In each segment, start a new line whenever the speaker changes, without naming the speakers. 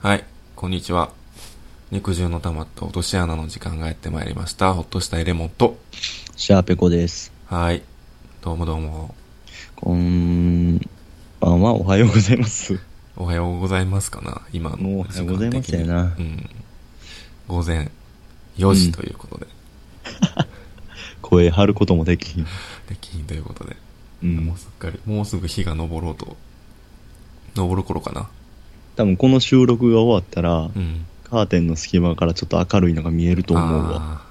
はい、こんにちは。肉汁の溜まった落とし穴の時間がやってまいりました。ほっとしたエレモンと。
シャーペコです。
はい、どうもどうも。
こんばんは、おはようございます。
おはようございますかな今
もうお
の
は
時
ようご
間的に。
ざいましたよな
うん。午前4
う
時
ん
ということで、
声張ることもできひん。
できひんということで、
うん
もう。すっかり、もうすぐ日が昇ろうと、昇る頃かな。
多分この収録が終わったら、
うん。
カーテンの隙間からちょっと明るいのが見えると思うわ。
あ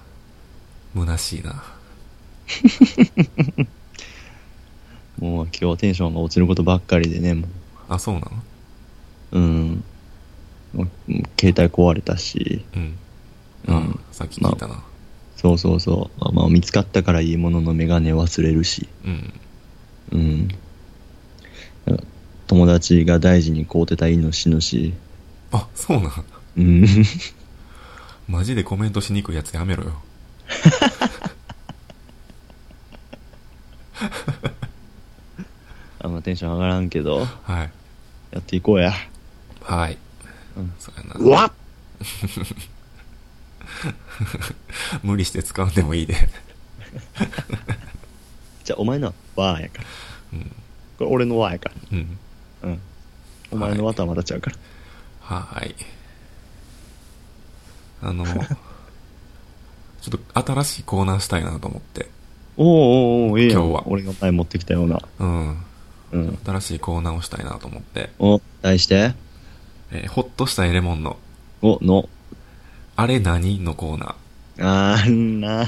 ー。虚しいな。
もう今日はテンションが落ちることばっかりでね、も
あ、そうなの
う。うん。もう携帯壊れたし、
うん。
うん
あさっき聞いたな。
そうそうそう。まあ、まあ見つかったからいいもののメガネ忘れるし、
うん。
うん。なんか友達が大事に買うてた犬死ぬし、
あ、そうなん。
うん。
マジでコメントしにくいやつやめろよ。
あんまテンション上がらんけど、
はい。
やっていこうや。
はい。
うん
そうやな。
わっ
無理して使うんでもいいで。
じゃあ、お前のはわーやから。
うん。
これ俺のわーやか
うん。
ら。うん。お前のわとはまたちゃうから。
はーい。あ の、ちょっと新しいコーナーしたいなと思って。
おーおーおー、ええやん
今日は
俺が前持ってきたような。
うん。
うん。
新しいコーナーをしたいなと思って。
お、題して、
えーほっとしたエレモンの、
お、の。
あれ何のコーナ
あーんな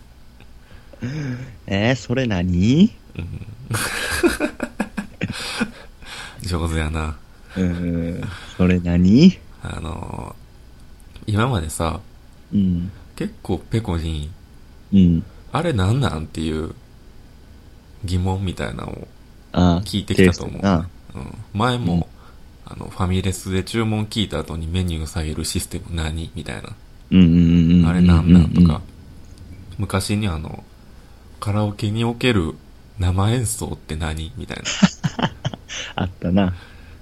えー、それ何
ー。うん。上手やな。
うーん。それ何
あの今までさ、
うん。
結構ペコに、
うん。
あれなんなんっていう疑問みたいなのを
あー
聞いてきたと思う。
テイストな
うん、前も、あの、ファミレスで注文聞いた後にメニュー下げるシステム何みたいな。
うんうんうんうんうん。
あれなんなんとか。。昔にあの、カラオケにおける生演奏って何みたい な。
あったな。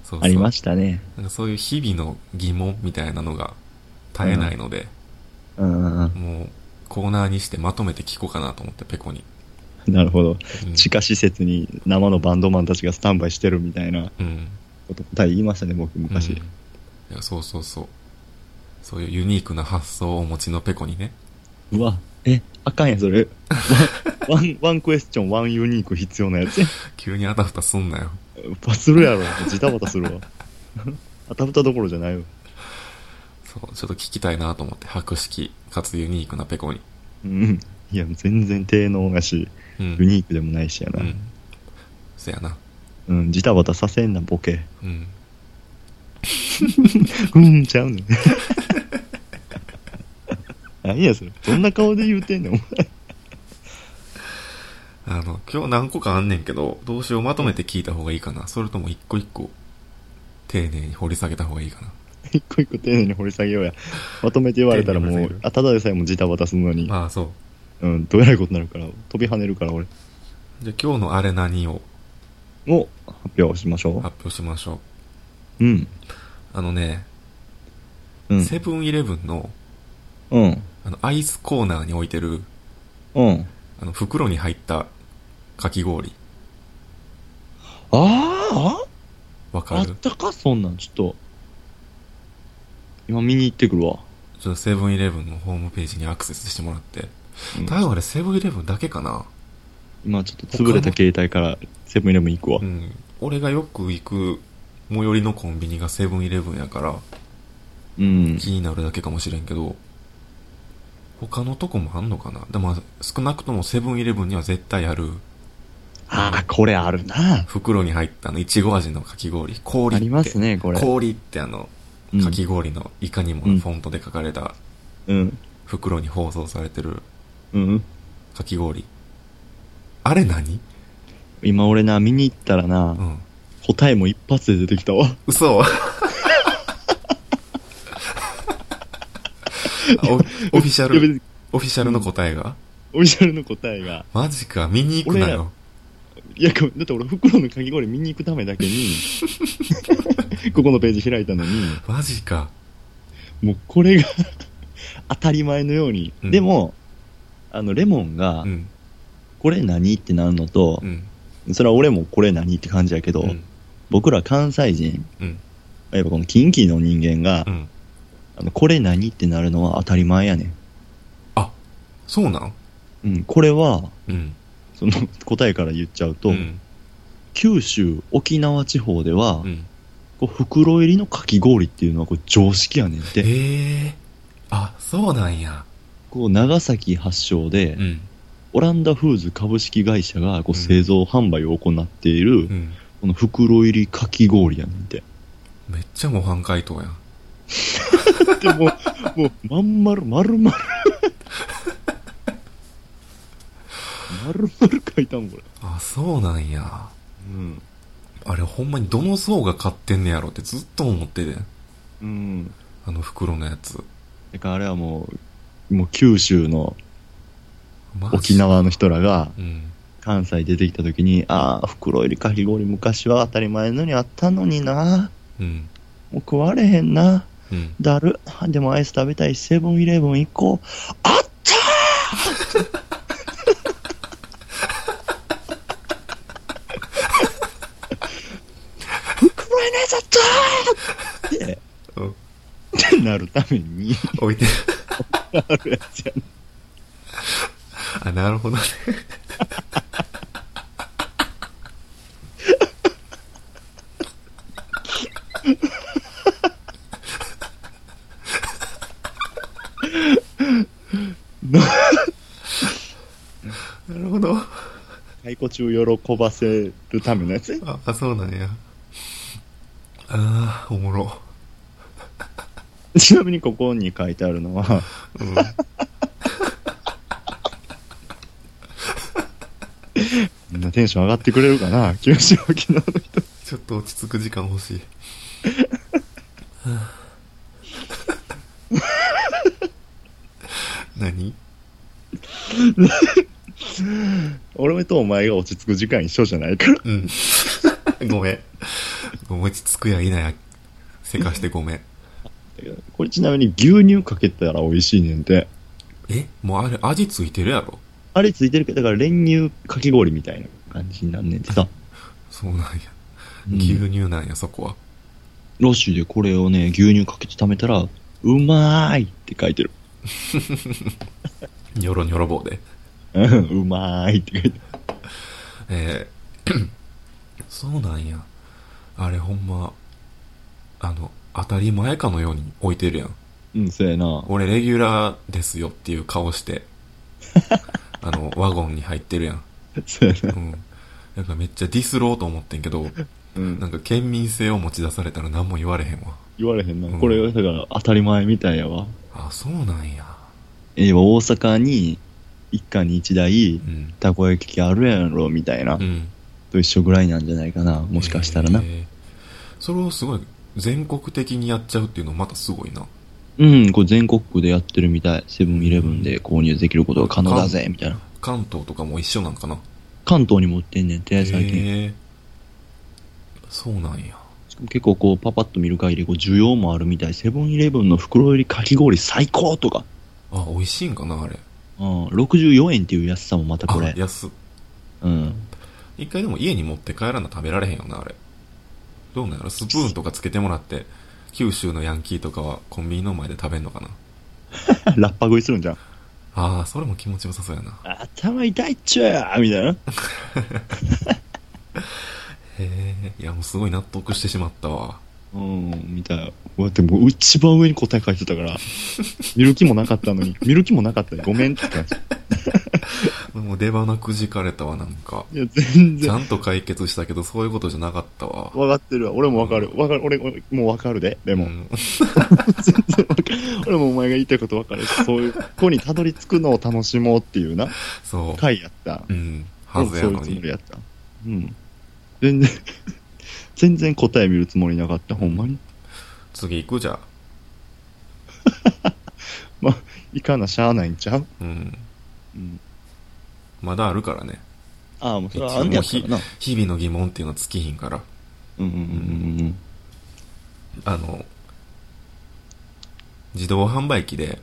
そうそう
ありましたね。
なんかそういう日々の疑問みたいなのが絶えないので、
うんうんうん。
もうコーナーにしてまとめて聞こうかなと思って、ペコに。
なるほど。
うん
地下施設に生のバンドマンたちがスタンバイしてるみたいな
うん。
こと答え言いましたね、僕
うん
昔。
いやそうそうそう。そういうユニークな発想をお持ちのペコにね。
うわ、え、あかんや、それ。ワン、ワンワンクエスチョン、ワンユニーク必要なやつや。
急にあたふたすんなよ。
バするやろ、ジタバタするわ。あたふたどころじゃないよ。
そう、ちょっと聞きたいなと思って、博識、かつユニークなペコに。
うん。いや、全然低能やし、
うん。
ユニークでもないしや
う
な。
ん。そやな。
うん、ジタバタさせんな、ボケ。
うん。
うん、ちゃ うねん。何や、それ。どんな顔で言うてんねん、お前。
あの、今日何個かあんねんけど、どうしようまとめて聞いた方がいいかな。それとも一個一個、丁寧に掘り下げた方がいいかな。
一個一個丁寧に掘り下げようや。まとめて言われたら
丁寧
も
に掘り下
う
げ、る
あただでさえもジタバタするのに、
まあそう。
うん、どうやらいことになるから、飛び跳ねるから俺。
じゃあ今日のあれ何を
を発表しましょ
発表しましょう。
う。うん。
あのね、
うん。
セブンイレブンの、
うん。
あの、アイスコーナーに置いてる、
うん。
あの、袋に入ったかき氷。
ああ
わ
あ
か
っ
る
たかそんなん、ちょっと。今見に行ってくるわ。
ちょっとセブンイレブンのホームページにアクセスしてもらって。
うん
多分あれセブンイレブンだけかな
今ちょっと潰れた携帯からセブンイレブン行くわ
う。ん。俺がよく行く最寄りのコンビニがセブンイレブンやから
うん。
気になるだけかもしれんけど、他のとこもあんのかなでも少なくともセブンイレブンには絶対ある
ああ、これあるな。
袋に入ったあのいちご味のかき氷。氷
あ
って。
りますね、これ。
氷ってあの、
うん
かき氷のいかにものフォントで書かれた
うん。
袋に包装されてる
うん。
かき氷。あれ何
今俺な、見に行ったらな
う、ん。
答えも一発で出てきたわ。
嘘おオフィシャ
いや 別
ル、
に
オフィシャルの答えが
オリジナルの答えが。
マジか、見に行くな
俺ら
よ。
いや、だって俺、袋のかき氷見に行くためだけに、ここのページ開いたのに、
マジか。
もうこれが当たり前のように。
うん
でも、あの、レモンが
う、ん。
これ何ってなるのと
う、ん。
それは俺もこれ何って感じやけど、
うん。
僕ら関西人、
うん。
やっぱこの近畿の人間が、
うん。
あのこれ何ってなるのは当たり前やね
あ、そうなん
ん。うん、これは、
うん。
その答えから言っちゃうと、
うん。
九州、沖縄地方では、
うん。
こう袋入りのかき氷っていうのはこう常識やねんって。
へえ。あ、そうなんや。
こう長崎発祥で、
うん。
オランダフーズ株式会社がこ
う
うん製造販売を行っている、
うん。
この袋入りかき氷やねんって。
めっちゃ模範解答やん。
で も、もう、まん丸、丸 々。丸々書いたもん、これ。
あ、そうなんや。
うん。
あれほんまにどの層が買ってんねやろってずっと思ってて。
うん。
あの袋のやつ。
だからあれはもう、もう九州の
マジ
沖。縄の人らが
うん。
関西出てきた時に、ああ、袋入りかき氷昔は当たり前のにあったのにな。
うん。
もう食われへんな。
うん。
だる。でもアイス食べたい。セブンイレブン行こう。あったー袋入りのやつあったーって、
うん
ってなるために、
置いて。
あるやつやね
あ、なるほどね。なるほど。
解雇中喜ばせるためのやつね
あ、あそうなんや。ああ、おもろ。
ちなみにここに書いてあるのは、
うん。
みんなテンション上がってくれるかな九州沖縄の人。
ちょっと落ち着く時間欲しい。何
俺とお前が落ち着く時間一緒じゃないから。
うん。 ごめん。落ち着くやいなや、せかしてごめん。
これちなみに牛乳かけたら美味しいねんて。
えもうあれ、味ついてるやろ
あれついてるけど、だから練乳かき氷みたいな感じになんねん てさ。
そうなんや。
うん
牛乳なんや、そこは。
ロッシュでこれをね、牛乳かけて食べたら、うまーいって書いてる。
ニョロニョロ棒で。
うんうまーいって書いてる。
え ーそうなんや。あれほんま、あの、当たり前かのように置いてるやん。
うん、そうやな。
俺レギュラーですよっていう顔して、あの、ワゴンに入ってるやん。
そうやな
う。ん。なんかめっちゃディスろうと思ってんけど、
うん
なんか県民性を持ち出されたら何も言われへんわ。
言われへん
う
な。
ん
これ、だから当たり前みたいやわ。
あ、そうなんや。
ええわ大阪に、一家に一台、
うん。
たこ焼き器あるやろ、みたいな
う。ん。
と一緒ぐらいなんじゃないかな。もしかしたらな
え。ーそれをすごい、全国的にやっちゃうっていうのまたすごいな。
うん、これ全国区でやってるみたい。セブンイレブンで購入できることが可能だぜ、みたいな。
関東とかも一緒なんかな。
関東にも売ってんねんて、最近。
えーそうなんや。
しかも結構こう、パパッと見る限り、こう、需要もあるみたい。セブンイレブンの袋入りかき氷最高とか。
あ、美味しいんかな、あれ。
うん、64円っていう安さもまたこ
あ
れ。
安っ。
うん。
一回でも家に持って帰らな食べられへんよな、あれ。どうなんやろスプーンとかつけてもらって、九州のヤンキーとかはコンビニの前で食べんのかな。
ラッパ食いするんじゃん。
ああ、それも気持ちよさそうやな。
頭痛いっちゅーみたいな。
へえ、いやもうすごい納得してしまったわ。
うん、みたいな。うわ、でも一番上に答え書いて たから、見る気もなかったのに、見る気もなかったよごめんって感じ。
もう出花くじかれたわ、なんか。
いや、全
ち
然
ゃ。んと解決したけど、そういうことじゃなかったわ。
わかってるわ。俺もわかる。わかる。俺、俺もうわかるで。で
う
も、
ん、
全然わかる。俺もお前が言いたいことわかるし、そういう、ここにたどり着くのを楽しもうっていうな、
そ
回やった
う。う。ん。はずや
そうい
の
うつも
に
り。やった。うん。全然、全然答え見るつもりなかった、ほんまに。
次行くじゃあ。
まあ、いかなしゃあないんちゃう
うん。
うん。
まだあるからね。
ああ、もうそれは
一応
あんねやっ
もう
た
ひ
らな。
日々の疑問っていうのは尽きひんから。
うんうんうんうんうん。
あの、自動販売機で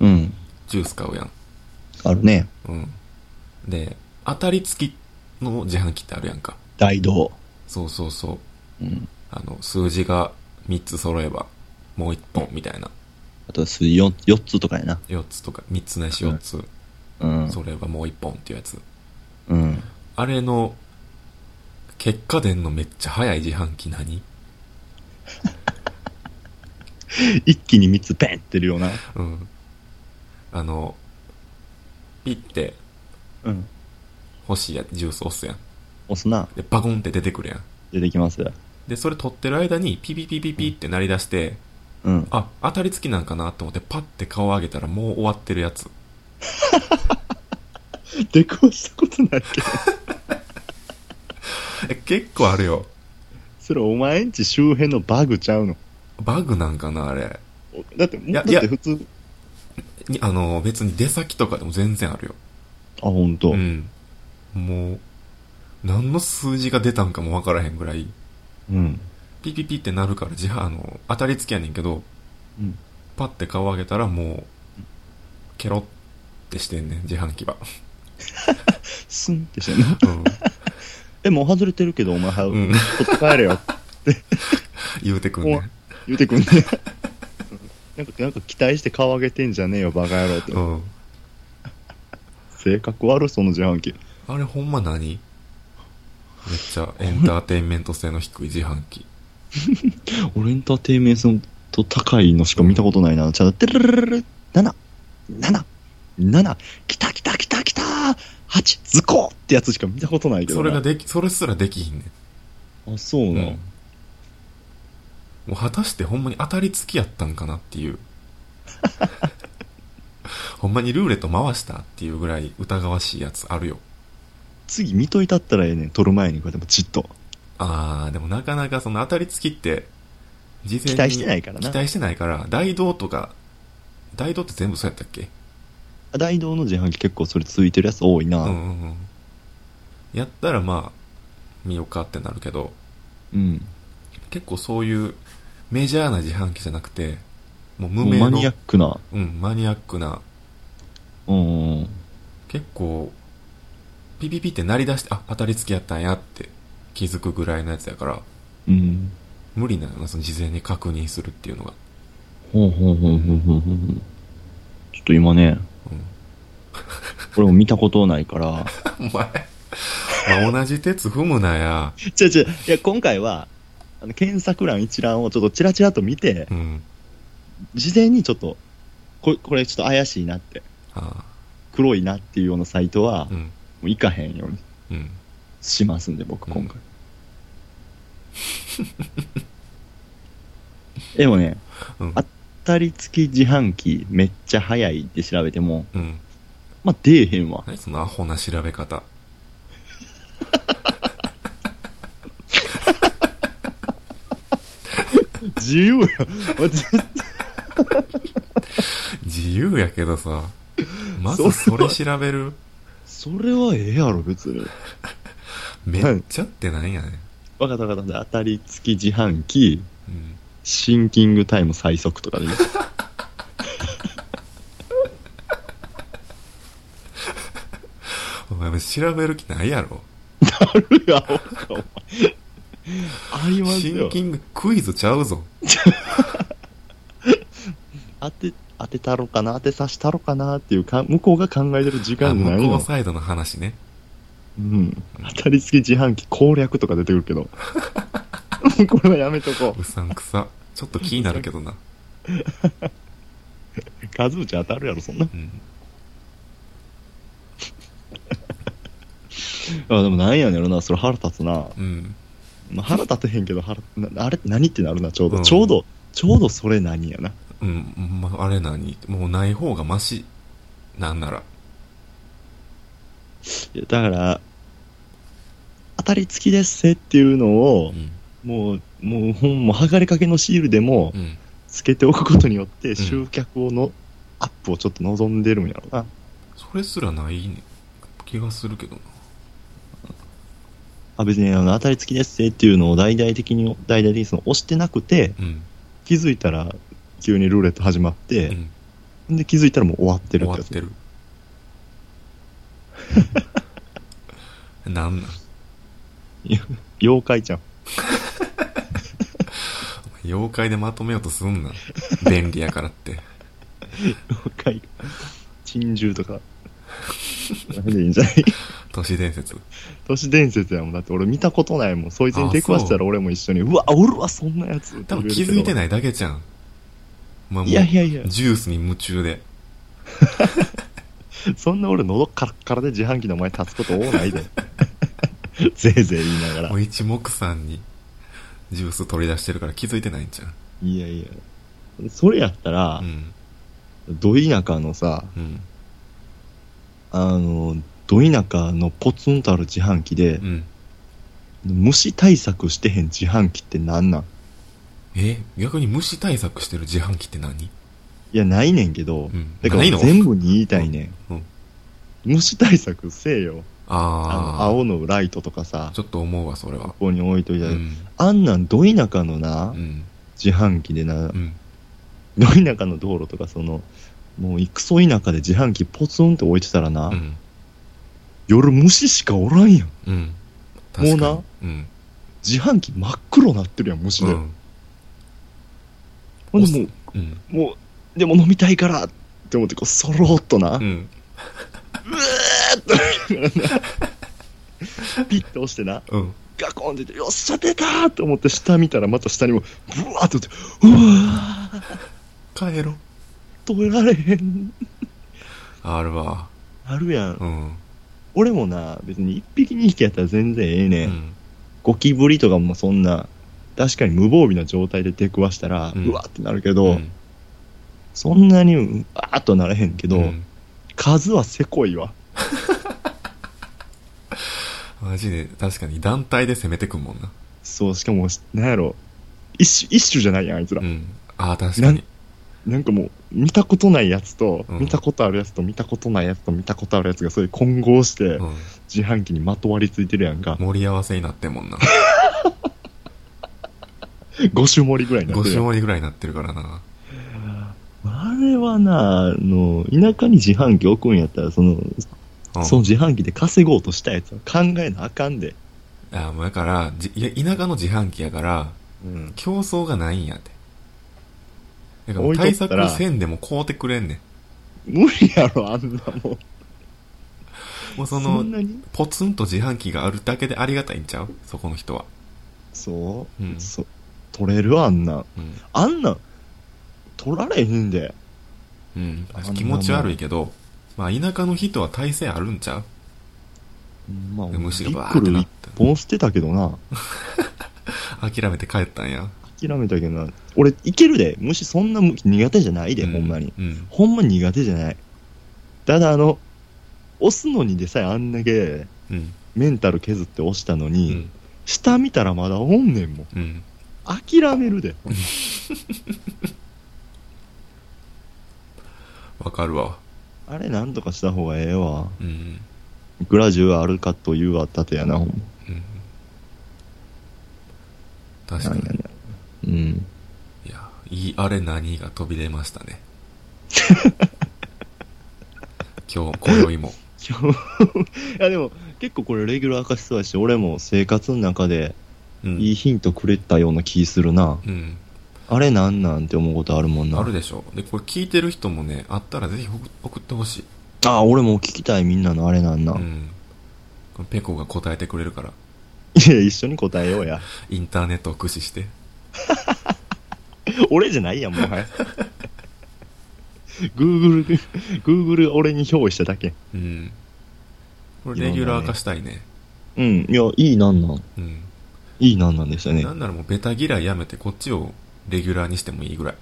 うん。
ジュース買うやん。
あるね。
うん。で、当たり付きの自販機ってあるやんか。
大道。
そうそうそう。
うん。
あの、数字が3つ揃えば、もう1本みたいな。
あとは数四四つとかやな。
4つとか、3つないし4つ
うん。
揃えばもう1本っていうやつ。
うん。
あれの、結果出んのめっちゃ早い自販機何
一気に三つペンってるような。
うん。あの、ピッて
うん。
欲しいやジュース押すやん。
押すな。
で、バコンって出てくるやん。
出てきます。
で、それ取ってる間にピピピピピって鳴り出して、
うん。
あ、当たり付きなんかなと思ってパッて顔上げたらもう終わってるやつ。
出くわしたことないけど。
え、結構あるよ。
それお前んち周辺のバグちゃうの。
バグなんかなあれ。
だって、
や
だって普通。
にあの、別に出先とかでも全然あるよ。
あ、ほんと。
うん。もう、何の数字が出たんかもわからへんぐらい、
うん。
ピピピってなるから、自販、あの、当たり付きやねんけど、
うん。
パッて顔上げたらもう、ケロってしてんねん、自販 機は。
スンってしてんの。
うん。
え、もう外れてるけど、お前、は
うん
取って帰れよ。
言うてくんねん。
言うてくんね。なんか、なんか期待して顔上げてんじゃねえよ、バカ野郎って
う。ん。
性格悪い、その自販機。
あれほんま何めっちゃエンターテインメント性の低い自販 機。
俺エンターテインメント高いのしか見たことないな。ちゃんと、てるるるる、7、7、7、来た来た来た来た !8、ズコーってやつしか見たことないけど
そ
な。
れができ、それすらできひんね。
あ、そうんな。
もう果たしてほんまに当たり付きやったんかなって いう。ほんまにルーレット回したっていうぐらい疑わしいやつあるよ。
次見といたったらええねん。撮る前にこうやってもじっと。
あー、でもなかなかその当たり付きって、事前に
期待してないから
期
な。
待してないから、大道とか、大道って全部そうやったっけ
大道の自販機結構それ続いてるやつ多い
うんう
な。
んうん。やったらまあ、見ようかってなるけど、
うん。
結構そういうメジャーな自販機じゃなくて、もう無
もう
名の、
マニアックな。
うん、マニアックな、
うんうん。
結構、ピピピって鳴り出して、あ、当たり付きやったんやって気づくぐらいのやつやから、
うん。
無理なのよな、その事前に確認するっていうのが。
ほうほうほうほうほうほうほう。ちょっと今ね、
う
これも見たことないから。
ん。お前、まあ、同じ鉄踏むなや。
ちょちょ、いや、今回は、あの、検索欄一覧をちょっとチラチラと見て
う、ん。
事前にちょっと、ここれちょっと怪しいなって、
あ
黒いなっていうようなサイトは、
あ、う
も
ん、
う行かへんように
うん。
しますんで、僕
うん
今回。でもね、
うん
あ当たり付き自販機めっちゃ早いって調べても、
うん。
まあ、出えへんわ。
何そのアホな調べ方。
自 由や。私
自由やけどさ。まずそれ調べる
それはええやろ、別に。
めっちゃってなんやねん。
わかったわかった。当たり付き自販機、
うん。
シンキングタイム最速とかでいい。
お前調べる気ないやろ。
あるやろ、お前。あります
シン
よ。
キングクイズちゃうぞ。
当て、当てたろかな、当てさしたろかなっていうか、向こうが考えてる時
あ
間じゃな
向
い
こう
の。
サイドの話ね。
うん。当たり付き自販機攻略とか出てくるけど。 これはやめとこ
うさんくさ。ちょっと気になるけどな。
う。数打ち当たるやろ、そんな。
うん。
あ、でもなんやねんやろな、それ腹立つな。
うん。
まあ、腹立てへんけど腹、なあれ何ってなるな、ちょうど。
うん
ちょうど、ちょうどそれ何やな。
うん。まあ、あれ何もうない方がマシ。なんなら。
いやだから、当たり付きですせっていうのを、
うん。
もう、もう、ほんもう剥がれかけのシールでも
う、ん。
つけておくことによって、集客をの、アップをちょっと望んでるんやろな。
それすらない、ね、気がするけどな。
ああ、別にあの当たり付きですっていうのを大々的に、大々的にその押してなくて、
うん。
気づいたら急にルーレット始まっ
う
て、
ん。
で気づいたらもう終わってる
終
っ
わ
て
っ
やつ。
てる。 なんなん
妖怪ちゃん。
妖怪でまとめようとすんな。便利やからって。
妖怪。珍獣とか。なんでいいんじ ゃない
都市伝説。
都市伝説やもん。だって俺見たことないもん。そいつに出くわしたら俺も一緒に、うわ、おるわ、そんなやつ。
多分気づいて
い。
ないだけじゃん。まあもう
いやいやいや、
ジュースに夢中で。
そんな俺喉からからで自販機の前立つこと多ないで。 ぜいぜい言いながら
も。う一目散にジュース取り出してるから気づいてないんじゃ
いやいや。それやったら
ん。う、ん。
ど田舎のさ、
うん。
あの、ど田舎のポツンとある自販機で
う、ん。
虫対策してへん自販機ってなんなん
え逆に虫対策してる自販機って何
いや、ないねんけど
う、ん。
だから
ないの
全部に言いたいね
うんん。
虫対策せえよ。あの、
ああ。
青のライトとかさ、
ちょっと思うわ、それは
こ。こに置いというたら、
ん。
あんなんど田舎の
う
な、
ん。
自販機でな
う、ん。
ど田舎の道路とか、その、もう、クソ田舎で自販機ポツンって置いてたらな、
うん。
夜虫しかおらんやん。
うん。
もうな
確かにうん。
自販機真っ黒なってるやん、虫で。
うん
ほんでも
う
う、
ん。
もう、でも飲みたいからって思って、こう、そろっとな、
う
うえ
ん。
ーっと飲みながらな、ピッと押してな、
うん。
ガコンって言って、よっしゃ、出たーと思って、下見たら、また下にも、ブワーってって、うわー、
帰ろ。
止められへん。
あるわ。
あるやん。
うん。
俺もな、別に一匹二匹やったら全然ええね、。
うんん。
ゴキブリとかもそんな、確かに無防備な状態で出くわしたら、う
うん
わーってなるけ
う
ど、
ん
そんなにうわーっとなれへんけど、
うん
数はせこいわ。
マジで、確かに団体で攻めてくもんな。
そう、しかも、なんやろ、一種、一種じゃないやん、あいつら
う。ん。ああ、確かに。
なんかもう、見たことないやつと、
うん
見たことあるやつと、見たことないやつと、見たことあるやつが、そういう混合して
う、ん。
自販機にまとわりついてるやんか。
盛り合わせになってんもんな。
5種盛りぐらいにな
5
ってる
種
やん。
盛りぐらいになってるからな。
あれはな、あの、田舎に自販機置くんやったら、その、
うん。
その自販機で稼ごうとしたやつは考えなあかんで。
ああ、もうだから、じいや、田舎の自販機やから、
うん。
競争がないんやって。だからも
置
う
いとっ
対
たら
策せんでも買うてくれんね
無理やろ、あんなもん。
ん。もうそ
そ
の
ん、なに
ポツンと自販機があるだけでありがたいんちゃうそこの人は。
そう、
うん
そう。取れるあんなん。
うん。
あんなん、取られへんで。
うん
あんなもん。
気持ち悪いけど、まあ田舎の人は体勢あるんちゃ
まあ、
う虫が
ビ
バ
ッ
ーっ
ク
て
ル
なっ
一本捨てたけどな。
て。諦めて帰ったんや。
諦めたけどな。俺、いけるで。虫そんなむ苦手じゃないで、
うん
ほんまに。
うん。
ほんま苦手じゃない。ただ、あの、押すのにでさえあんだけ、
うん。
メンタル削って押したの
う
に、
ん。
下見たらまだおんねんもん。
うん。
諦めるで。
わかるわ。
あれなんとかした方がええわ。
うん。
いくら銃あるかというは盾やな、ほんま。
うん。確
な
か
ん
に。
やねん。うん。
いや、いいあれ何が飛び出ま したね。今日、今宵も。
いやでも、結構これレギュラー化しそうやし、俺も生活の中で
うん。
いいヒントくれたような気するな。
うん。
あれなんなんて思うことあるもんな。
あるでしょ。で、これ聞いてる人もね、あったらぜひ送送ってほしい。
ああ、俺も聞きたいみんなのあれなんな。、
うんん。このペコが答えてくれるから、
いや、一緒に答えようや。
インターネットを駆使して。
俺じゃないや ん、もはや。Google、Google 俺に憑依しただけ。
うん。これレギュラー化したいね。
うん。いや、いいなんなん。
うん。
いいなんなんでしたね
な。んならもうベタ嫌いやめて、こっちをレギュラーにしてもいいぐらい。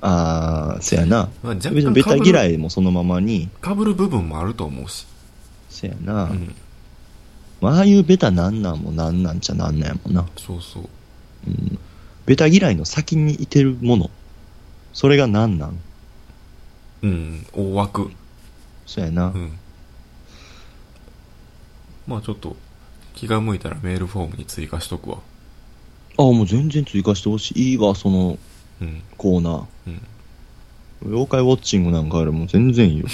ああ、せやな。
まあ、若
別に
干
ベタ
被る
嫌いもそのままに、
かぶる部分もあると思うし、
せやな。
うん、
まあ、ああいうベタなんなんもなんなんちゃなんなんやもんな。
そうそう
うん。ベタ嫌いの先にいてるもの。それがなんなん。
うん大枠
そやな
う。んまあちょっと気が向いたらメールフォームに追加しとくわ。
ああ、もう全然追加してほしい。いいわ、その
うん。
コーナー。
うん。
妖怪ウォッチングなんかよりも全然いいよ。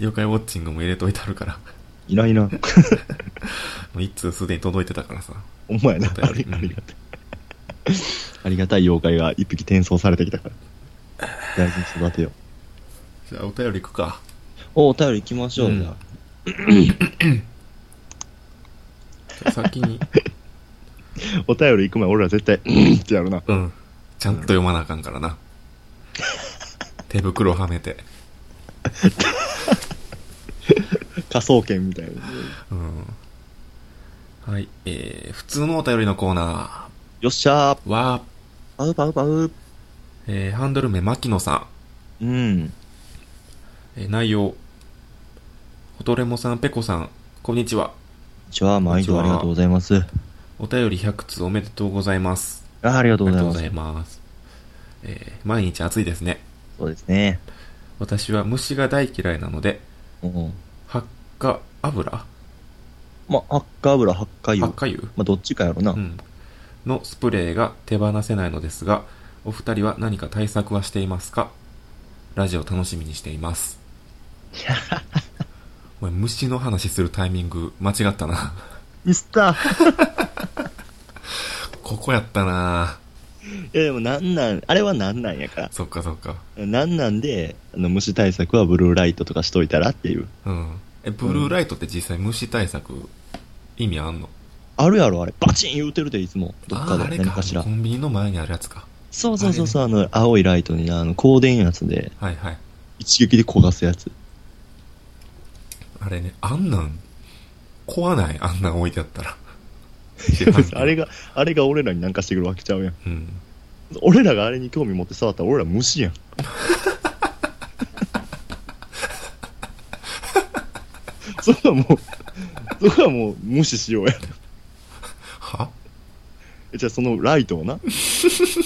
妖怪ウォッチングも入れといてあるから。
いらい ら。
もう一通すでに届いてたからさ。
お前な、
うん
ありありがたい。 ありがたい妖怪が一匹転送されてきたから。大事に育てよう。
じゃあお便り行くか。
お、お便り行きましょう、
うん
じゃあ
じゃあ先に。
お便り行く前俺ら絶対、うんってやるな。
うん。ちゃんと読まなあかんから な。手袋はめて。
仮想研みたいな。
うん。はい。えー、普通のお便りのコーナ
よっしゃー
ーは、
パウパウパウ。
えーハンドル名牧野さん。
うん。
えー内容。ホトレモさん、ペコさん、こんにちは。
じゃあ、毎度ありがとうございます。あ
お便り100通おめでとうございます。
ーありがと
あ
う
り
ご
が
ざい
とう
ま
ござ。い
す
ます。えー毎日暑いですね。
そうですね。
私は虫が大嫌いなので、
うん。
発火油
まあ、ハッカ油、ハッカ油。
発
ま
火油
あ、どっちかやろな。
うん。のスプレーが手放せないのですが、お二人は何か対策はしていますかラジオ楽しみにしてい ます。お前虫の話するタイミング間違ったな。
ミスター。
ここやったない
や、でもなんなん、あれはなんなんやから。
そっかそっか。
なんなんで、あの、虫対策はブルーライトとかしといたらっていう。
うん。え、ブルーライトって実際虫対策、意味あんの
あるやろ、あれ。バチン言うてるで、いつも。どっか
あーあ
で、
れ
何かしら
コ。ンビニの前にあるやつか。
そうそうそうそう、あの、青いライトにな、あの、光電やつで、
はいはい。
一撃で焦がすやつ。
あれね、あんなん、壊ないあんなん置いてあったら。
あれが、あれが俺らになんかしてくるわけちゃうやん。
うん。
俺らがあれに興味持って触ったら、俺ら虫 やん。そこはもう、そこはもう無視しようや。
は
えじゃあそのライトをな。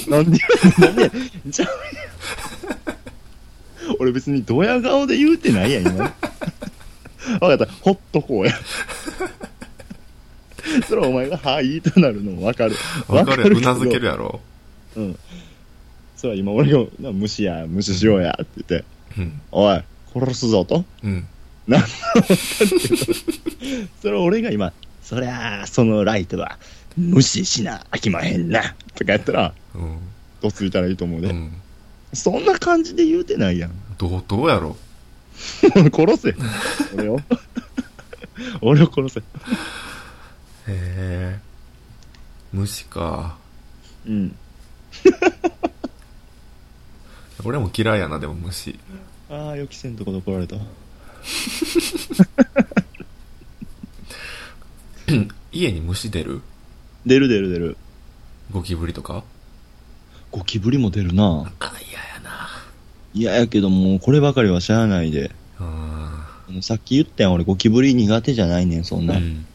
なんで、なんで、じゃあ、俺別にドヤ顔で言うてないやん、今。わかった、ほっとこうや。それはお前が、はい、となるのもわかる。
わかるう
けど
なずけるやろ。
うん。それは今俺が、な無視や、無視しようや、って言って、
うん。
おい、殺すぞと。
うん。
それを俺が今、そりゃあ、そのライトは、無視しな、飽きまへんな、とかやったら、
うん。
どついたらいいと思う
う
で。
ん。
そんな感じで言うてないやん。
同等やろ。
殺せ。俺を。 俺を殺せ。
へえ。虫か。
うん。
俺も嫌いやな、でも虫。
ああ、予期せんとこで怒られた。
家に虫出る
出る出る出る。
ゴキブリとか
ゴキブリも出るな。
あ、嫌やな。
いややけどもう、こればかりはしゃあないで。
あ
あのさっき言ったやん、俺ゴキブリ苦手じゃないねん、そん
ー
な。
うん。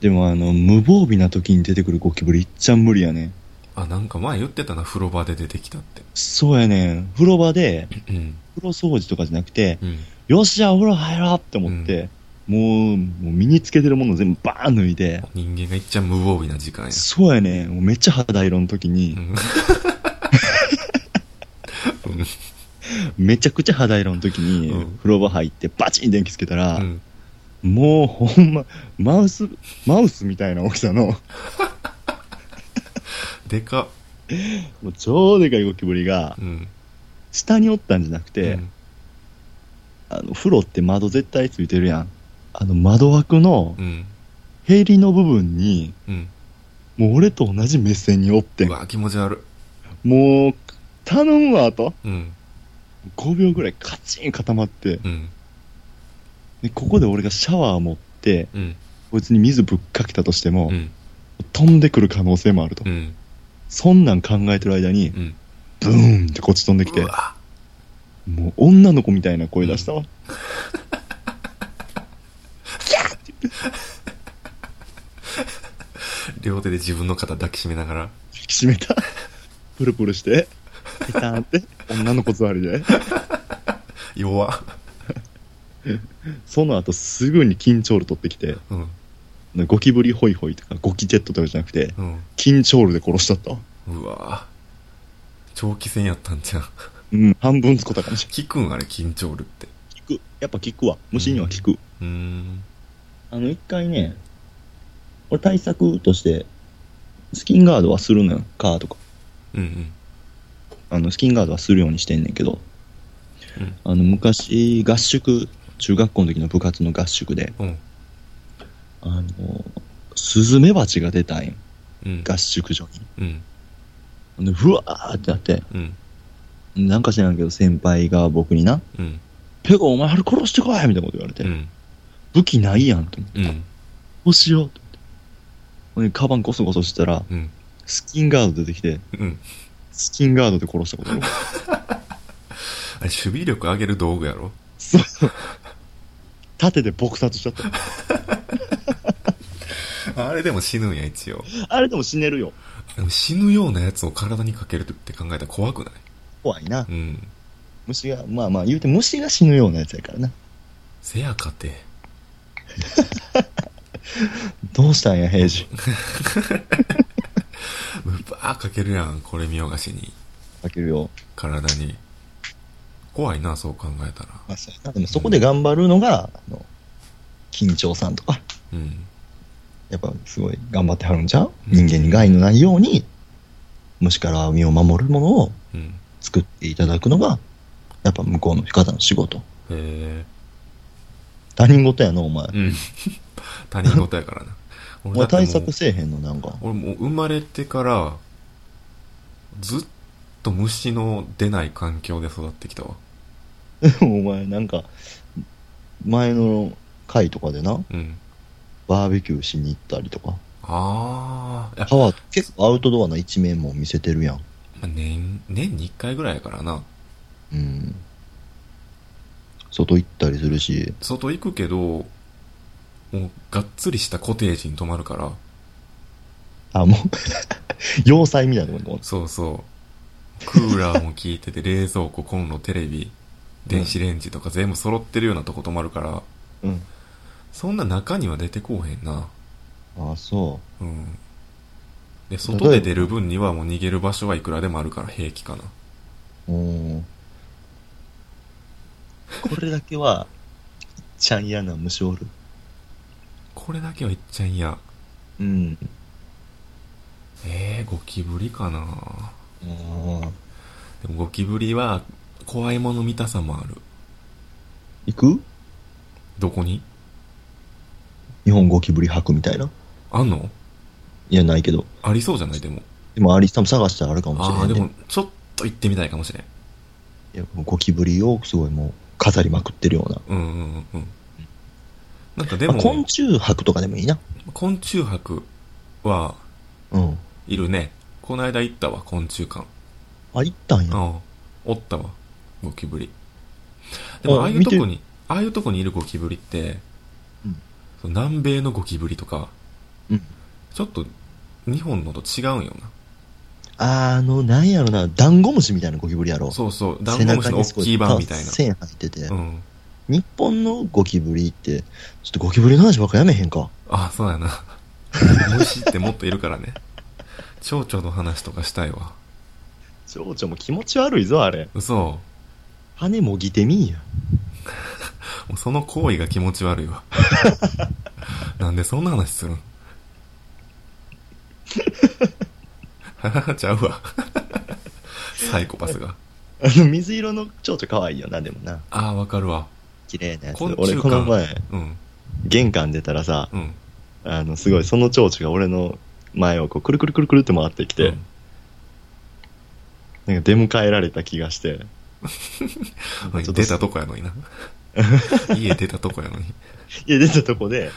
でもあの、無防備な時に出てくるゴキブリいっちゃ無理やねん。
あ、なんか前言ってたな、風呂場で出てきたって。
そうやねん。風呂場で、
うん。
風呂掃除とかじゃなくて、
うん。
よっしゃ、お風呂入ろうって思って、もう、もう身につけてるもの全部バーン脱いで、
人間がいっちゃ無防備な時間や。
そうやねん。もうめっちゃ肌色の時に、
うんうん
めちゃくちゃ肌色の時に、
うん
風呂場入ってバチン電気つけたら、
うん。
もうほんま、マウス、マウスみたいな大きさの、
でかっ。
もう超でかいゴキブリが
う、ん。
下におったんじゃなくて、
うん
あの、風呂って窓絶対ついてるやん。あの窓枠の
うん。
へりの部分に、
うん。
もう俺と同じ目線におってん
うわ、気持ち悪
もう、頼むわ、と。
い。うん。
5秒ぐらいカチン固まって、
うん。
でここで俺がシャワー持って、
うん。
こいつに水ぶっかけたとしても、
うん。
飛んでくる可能性もあると。
うん。
そんなん考えてる間に、
うん。
ブーンってこっち飛んできて
う、わ
もう女の子みたいな声出したわ。
両手で自分の肩抱きしめながら。
引き締めた。プルプルして、ペターンって、女の子座りで。
弱。
その後すぐに緊張る取ってきて、
うん。
ゴキブリホイホイとか、ゴキジェットとかじゃなくて、
うん。
キンチョールで殺しちゃったわ。
うわ長期戦やったんじ ゃん。
うん、半分つこたかもしれ
効くんあれ、緊張るって。
ん。効く。やっぱ効くわ。虫には効く。
うーん。
あの、一回ね、俺対策として、スキンガードはするのよ。カーとか。
うんうん。
あの、スキンガードはするようにしてんねんけど、
うん
あの、昔、合宿、中学校の時の部活の合宿で、
うん。
あの、スズメバチが出たんよ。
うん。
合宿所に。
うん。
ほんで、ふわーってなって、
うん。
なんか知らんけど、先輩が僕にな、
うん。
ペコ、お前、あれ殺してこいみたいなこと言われて、
うん。
武器ないやんと思って、
うん。
どうしようと思って。ほんで、カバンゴソゴソしてたら、
うん。
スキンガード出てきて、
うん。
スキンガードで殺したことある。
あれ、守備力上げる道具やろ
そうそう。 盾で撲殺しちゃった。
あれでも死ぬんや、一応。
あれでも死ねるよ。
でも死ぬようなやつを体にかけるって考えたら怖くない
怖いな
う。ん。
虫が、まあまあ言うて虫が死ぬようなやつやからな。
せやかて。
どうしたんや、平次。
うばーかけるやん、これ見よがしに。
かけるよ。
体に。怖いな、そう考えたら。
まあそうやなでもそこで頑張るのが、あの、緊張さんとか、
うん。
やっぱすごい頑張ってはるんちゃう
うん
人間に害のないように、虫から身を守るものを
うん。
作っていただくのが、やっぱ向こうの方の仕事。
へえ。
他人事やな、お前。
うん。 他人事やからな。
お
俺だ
前
ってもう
対策せえへんの、なんか。
俺もう生まれてから、ずっと虫の出ない環境で育ってきたわ。
お前、なんか、前の回とかでな、
うん。
バーベキューしに行ったりとか、
ああ。いや
パワー、結構アウトドアな一面も見せてるやん。
まあ年、年に一回ぐらいやからな。
うん。外行ったりするし、
外行くけど、もう、がっつりしたコテージに泊まるから、
あ、もう、 要塞みたいなとこに
そうそう。クーラーも効いてて、 冷蔵庫、コンロ、テレビ、電子レンジとか全部揃ってるようなとこ泊まるから、
うん。
そんな中には出てこうへんな。
あ、そ
うん。で、外で出る分にはもう逃げる場所はいくらでもあるから平気かな。
う。うん。これだけは、いっちゃん嫌な虫おる。
これだけは言っちゃいや。
うん。
えー、ゴキブリかな
行
でもゴキブリは、怖いもの見たさもある。
く
どこに
日本ゴキブリ博みたいな。
あんの
いや、ないけど。
ありそうじゃないでも。
でも、あり、多分探したらあるかもしれ
あ
な
あ、
い、ね。
でも、ちょっと行ってみたいかもしれん。
いや、もうゴキブリをすごいもう飾りまくってるような。
うんうんうんうん。なんかで
まあ
も、
昆虫博とかでもいいな。
昆虫博は、
うん。
いるね。この間行ったわ、昆虫館。
あ、行ったんや。
ああ、おったわ、ゴキブリ。で
あ
も、ああいう
見
と
て
こに、ああいうとこにいるゴキブリって、
うん
その南米のゴキブリとか、
うん。
ちょっと、日本のと違うんよ
あの、なんやろな、ダンゴムシみたいなゴキブリやろ。
な。そうそう、ダンゴムシの大きい版みたいな。
線入ってて、
うん。
日本のゴキブリって、ちょっとゴキブリの話ばっかやめへんか。
ああ、そうや な。虫ってもっといるからね。蝶々の話とかしたいわ。
蝶々も気持ち悪いぞ、あれ。
嘘。も
羽もぎてみーや。
うその行為が気持ち悪い わ。なんでそんな話するんはははちゃうわ。サイコパスが。
あの、水色の蝶々可愛いよな、でもな。
ああ、わかるわ。
綺麗なやつ。
昆虫
俺、
か
この前、
うん、
玄関出たらさ、
うん。
あの、すごい、その蝶々が俺の前をこう、くるくるくるくるって回ってきて、
うん
なんか出迎えられた気が して、
うん
ちょっと
出たとこやのに な。家出たとこやのに。
いや、出たとこで、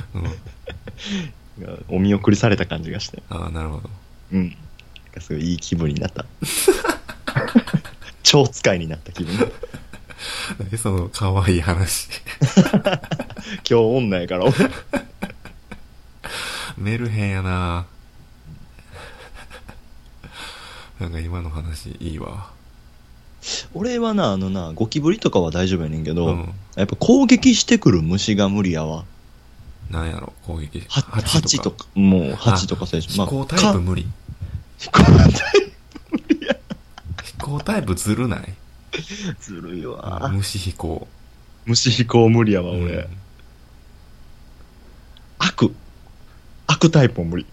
うん。
お見送りされた感じがして、
ああ、なるほど。
うん。なんかすごいいい気分にな った。超使いになった気分。今
何その可愛い話。
日女やから、俺
メルヘンやななんか今の話いいわ。
俺はな、あのな、ゴキブリとかは大丈夫やねんけど、
うん。
やっぱ攻撃してくる虫が無理やわ。
うなんやろ、攻撃。
は8とか、もう8とか最初。
飛行タイプ
か
無理。
飛行タイ
飛行タイプずるない
プずるいわ。
虫飛行。
虫飛行無理やわ、
うん
俺。悪。悪タイプも無理。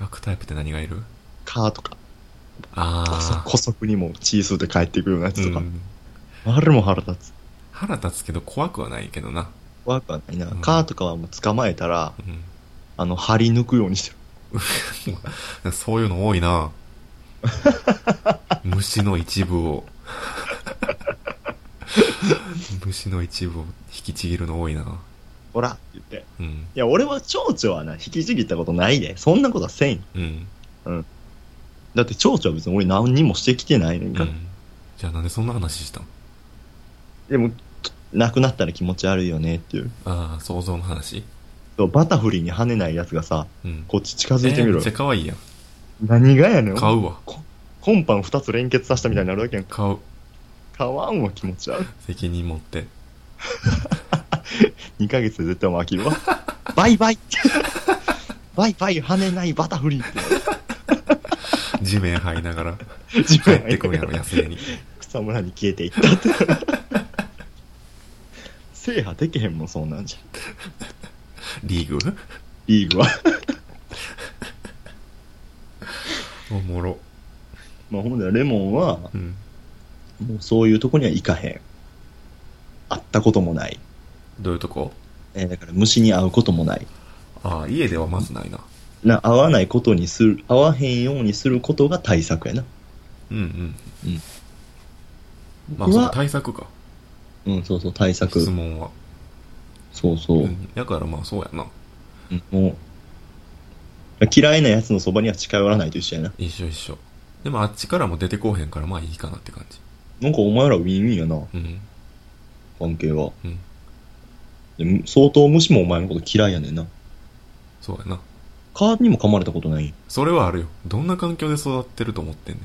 悪タイプって何がいる
カーとか、
ああ。
古速にもチースで帰っていくようなやつとか
う。ん
あれも腹立つ。
腹立つけど怖くはないけどな。
怖くはないな。
うん
カーとかはもう捕まえたら、
う
あの、張り抜くようにしてる。
ん、そういうの多い な虫の一部を。 虫の一部を引きちぎるの多いな
ほらって言って。
うん。
いや、俺は蝶々はな、引きちぎったことないで。そんなことはせんよ。
うん。
だって蝶々は別に俺何にもしてきてないねん
う
から。
ん。じゃあなんでそんな話したん
でも、亡くなったら気持ち悪いよねっていう。
ああ、想像の話
そうバタフリーに跳ねないやつがさ、
うん。
こっち近づいて
えー
みろ
めっ
よ
ち。ゃ可愛いやん。
何がやねん。
買うわ。
コンパの2つ連結させたみたいになるわけやんか。
買う。
買わんわ、気持ち悪い。
責任持って。
2ヶ月で絶対もう飽きるわ。 バイバイ バイバイ跳ねないバタフリーって。
地面這いながら
自
帰
分
ってくんや ろ、野生に。
草むらに消えていったって。 制覇できへんもん、そうなんじゃ。
リーグ
リーグは。
おもろ。
まあ、ほんで、レモンは、
うん。
もうそういうとこには行かへん。会ったこともない。
どういうとこ
えーだから虫に会うこともない。
ああ、家ではまずないな。
な、会わないことにする、会わへんようにすることが対策やな。
うんうん。まあ、
僕
その
は、
対策か。
うん、そうそう、対策
質。問は。
そうそうう。
ん。やからまあそうやな。
うんもう、嫌いなやつのそばには近寄らないと一緒やな。
一緒一緒。でもあっちからも出てこうへんからまあいいかなって感じ。
なんかお前らウィンウィンやな、
うん。
関係は。
うん
でむ相当虫もお前のこと嫌いやねんな。
そうやな。
カーにも噛まれたことない。
それはあるよ。どんな環境で育ってると思ってんね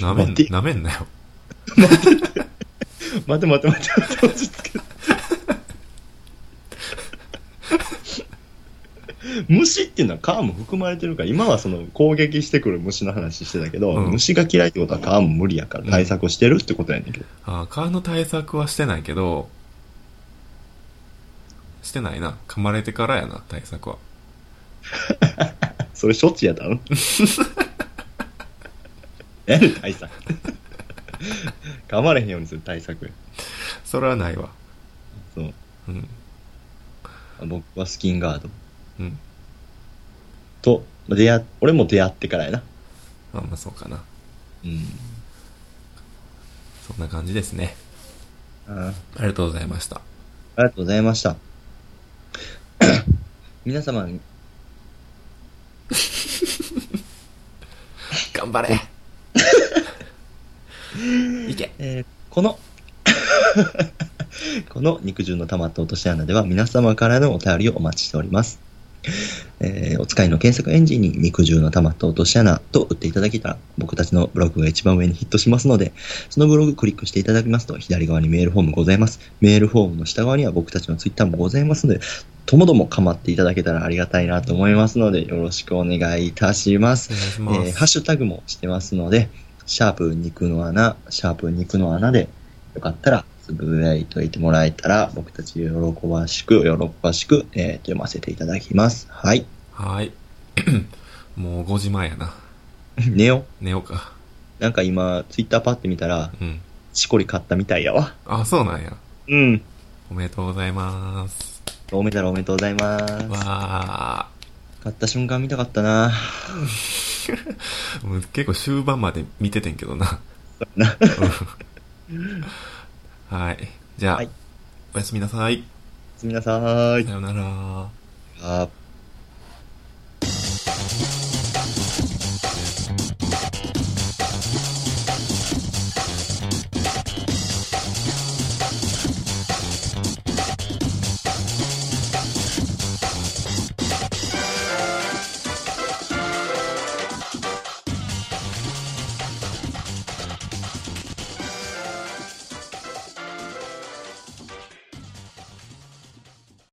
ん。なめん、
待て、
なめんなよ。
待て待て待て待て、落ち着けて。虫っていうのはカーも含まれてるから、今はその攻撃してくる虫の話してたけど、
うん
虫が嫌いってことはカーも無理やから対策をしてるってことやねんけど。
ああ、蚊の対策はしてないけど、してないな。噛まれてからやな、対策は。
それ処置やったの何や対策噛まれへんようにする対策や
それはないわ。
そう
うん。
僕はスキンガード
うん。
と出会俺も出会ってからやな
まあまあそうかな。
うん
そんな感じですね。
あー
ありがとうございました。
ありがとうございました 皆様に
頑張れ いけ
えーこの、この肉汁の溜まった落とし穴では皆様からのお便りをお待ちしております。えーお使いの検索エンジンに肉汁の溜まった落とし穴と打っていただけたら僕たちのブログが一番上にヒットしますので、そのブログクリックしていただきますと左側にメールフォームございます。メールフォームの下側には僕たちのツイッターもございますので、ともども構っていただけたらありがたいなと思いますので、よろしくお願いいたします。
お願いし
え
ま
ー
す。
ハッシュタグもしてますので、シャープ肉の穴、シャープ肉の穴で、よかったら、つぶやいといてもらえたら、僕たち喜ばしく、喜ばしく、えーと読ませていただきます。はい。
はーい。 もう5時前やな。
寝よう。
寝ようか。
なんか今、ツイッターパって見たら、
うん。
しこり買ったみたいやわ。
あ、そうなんや。
うん。
おめでとうございます。
おめでとうおめでとうございます。
わ
買った瞬間見たかったな。
ー。もう結構終盤まで見ててんけどな。
な
うんはい。じゃあ、
はい
おやすみなさい。
おやすみなさーい
さ。よなら。
あー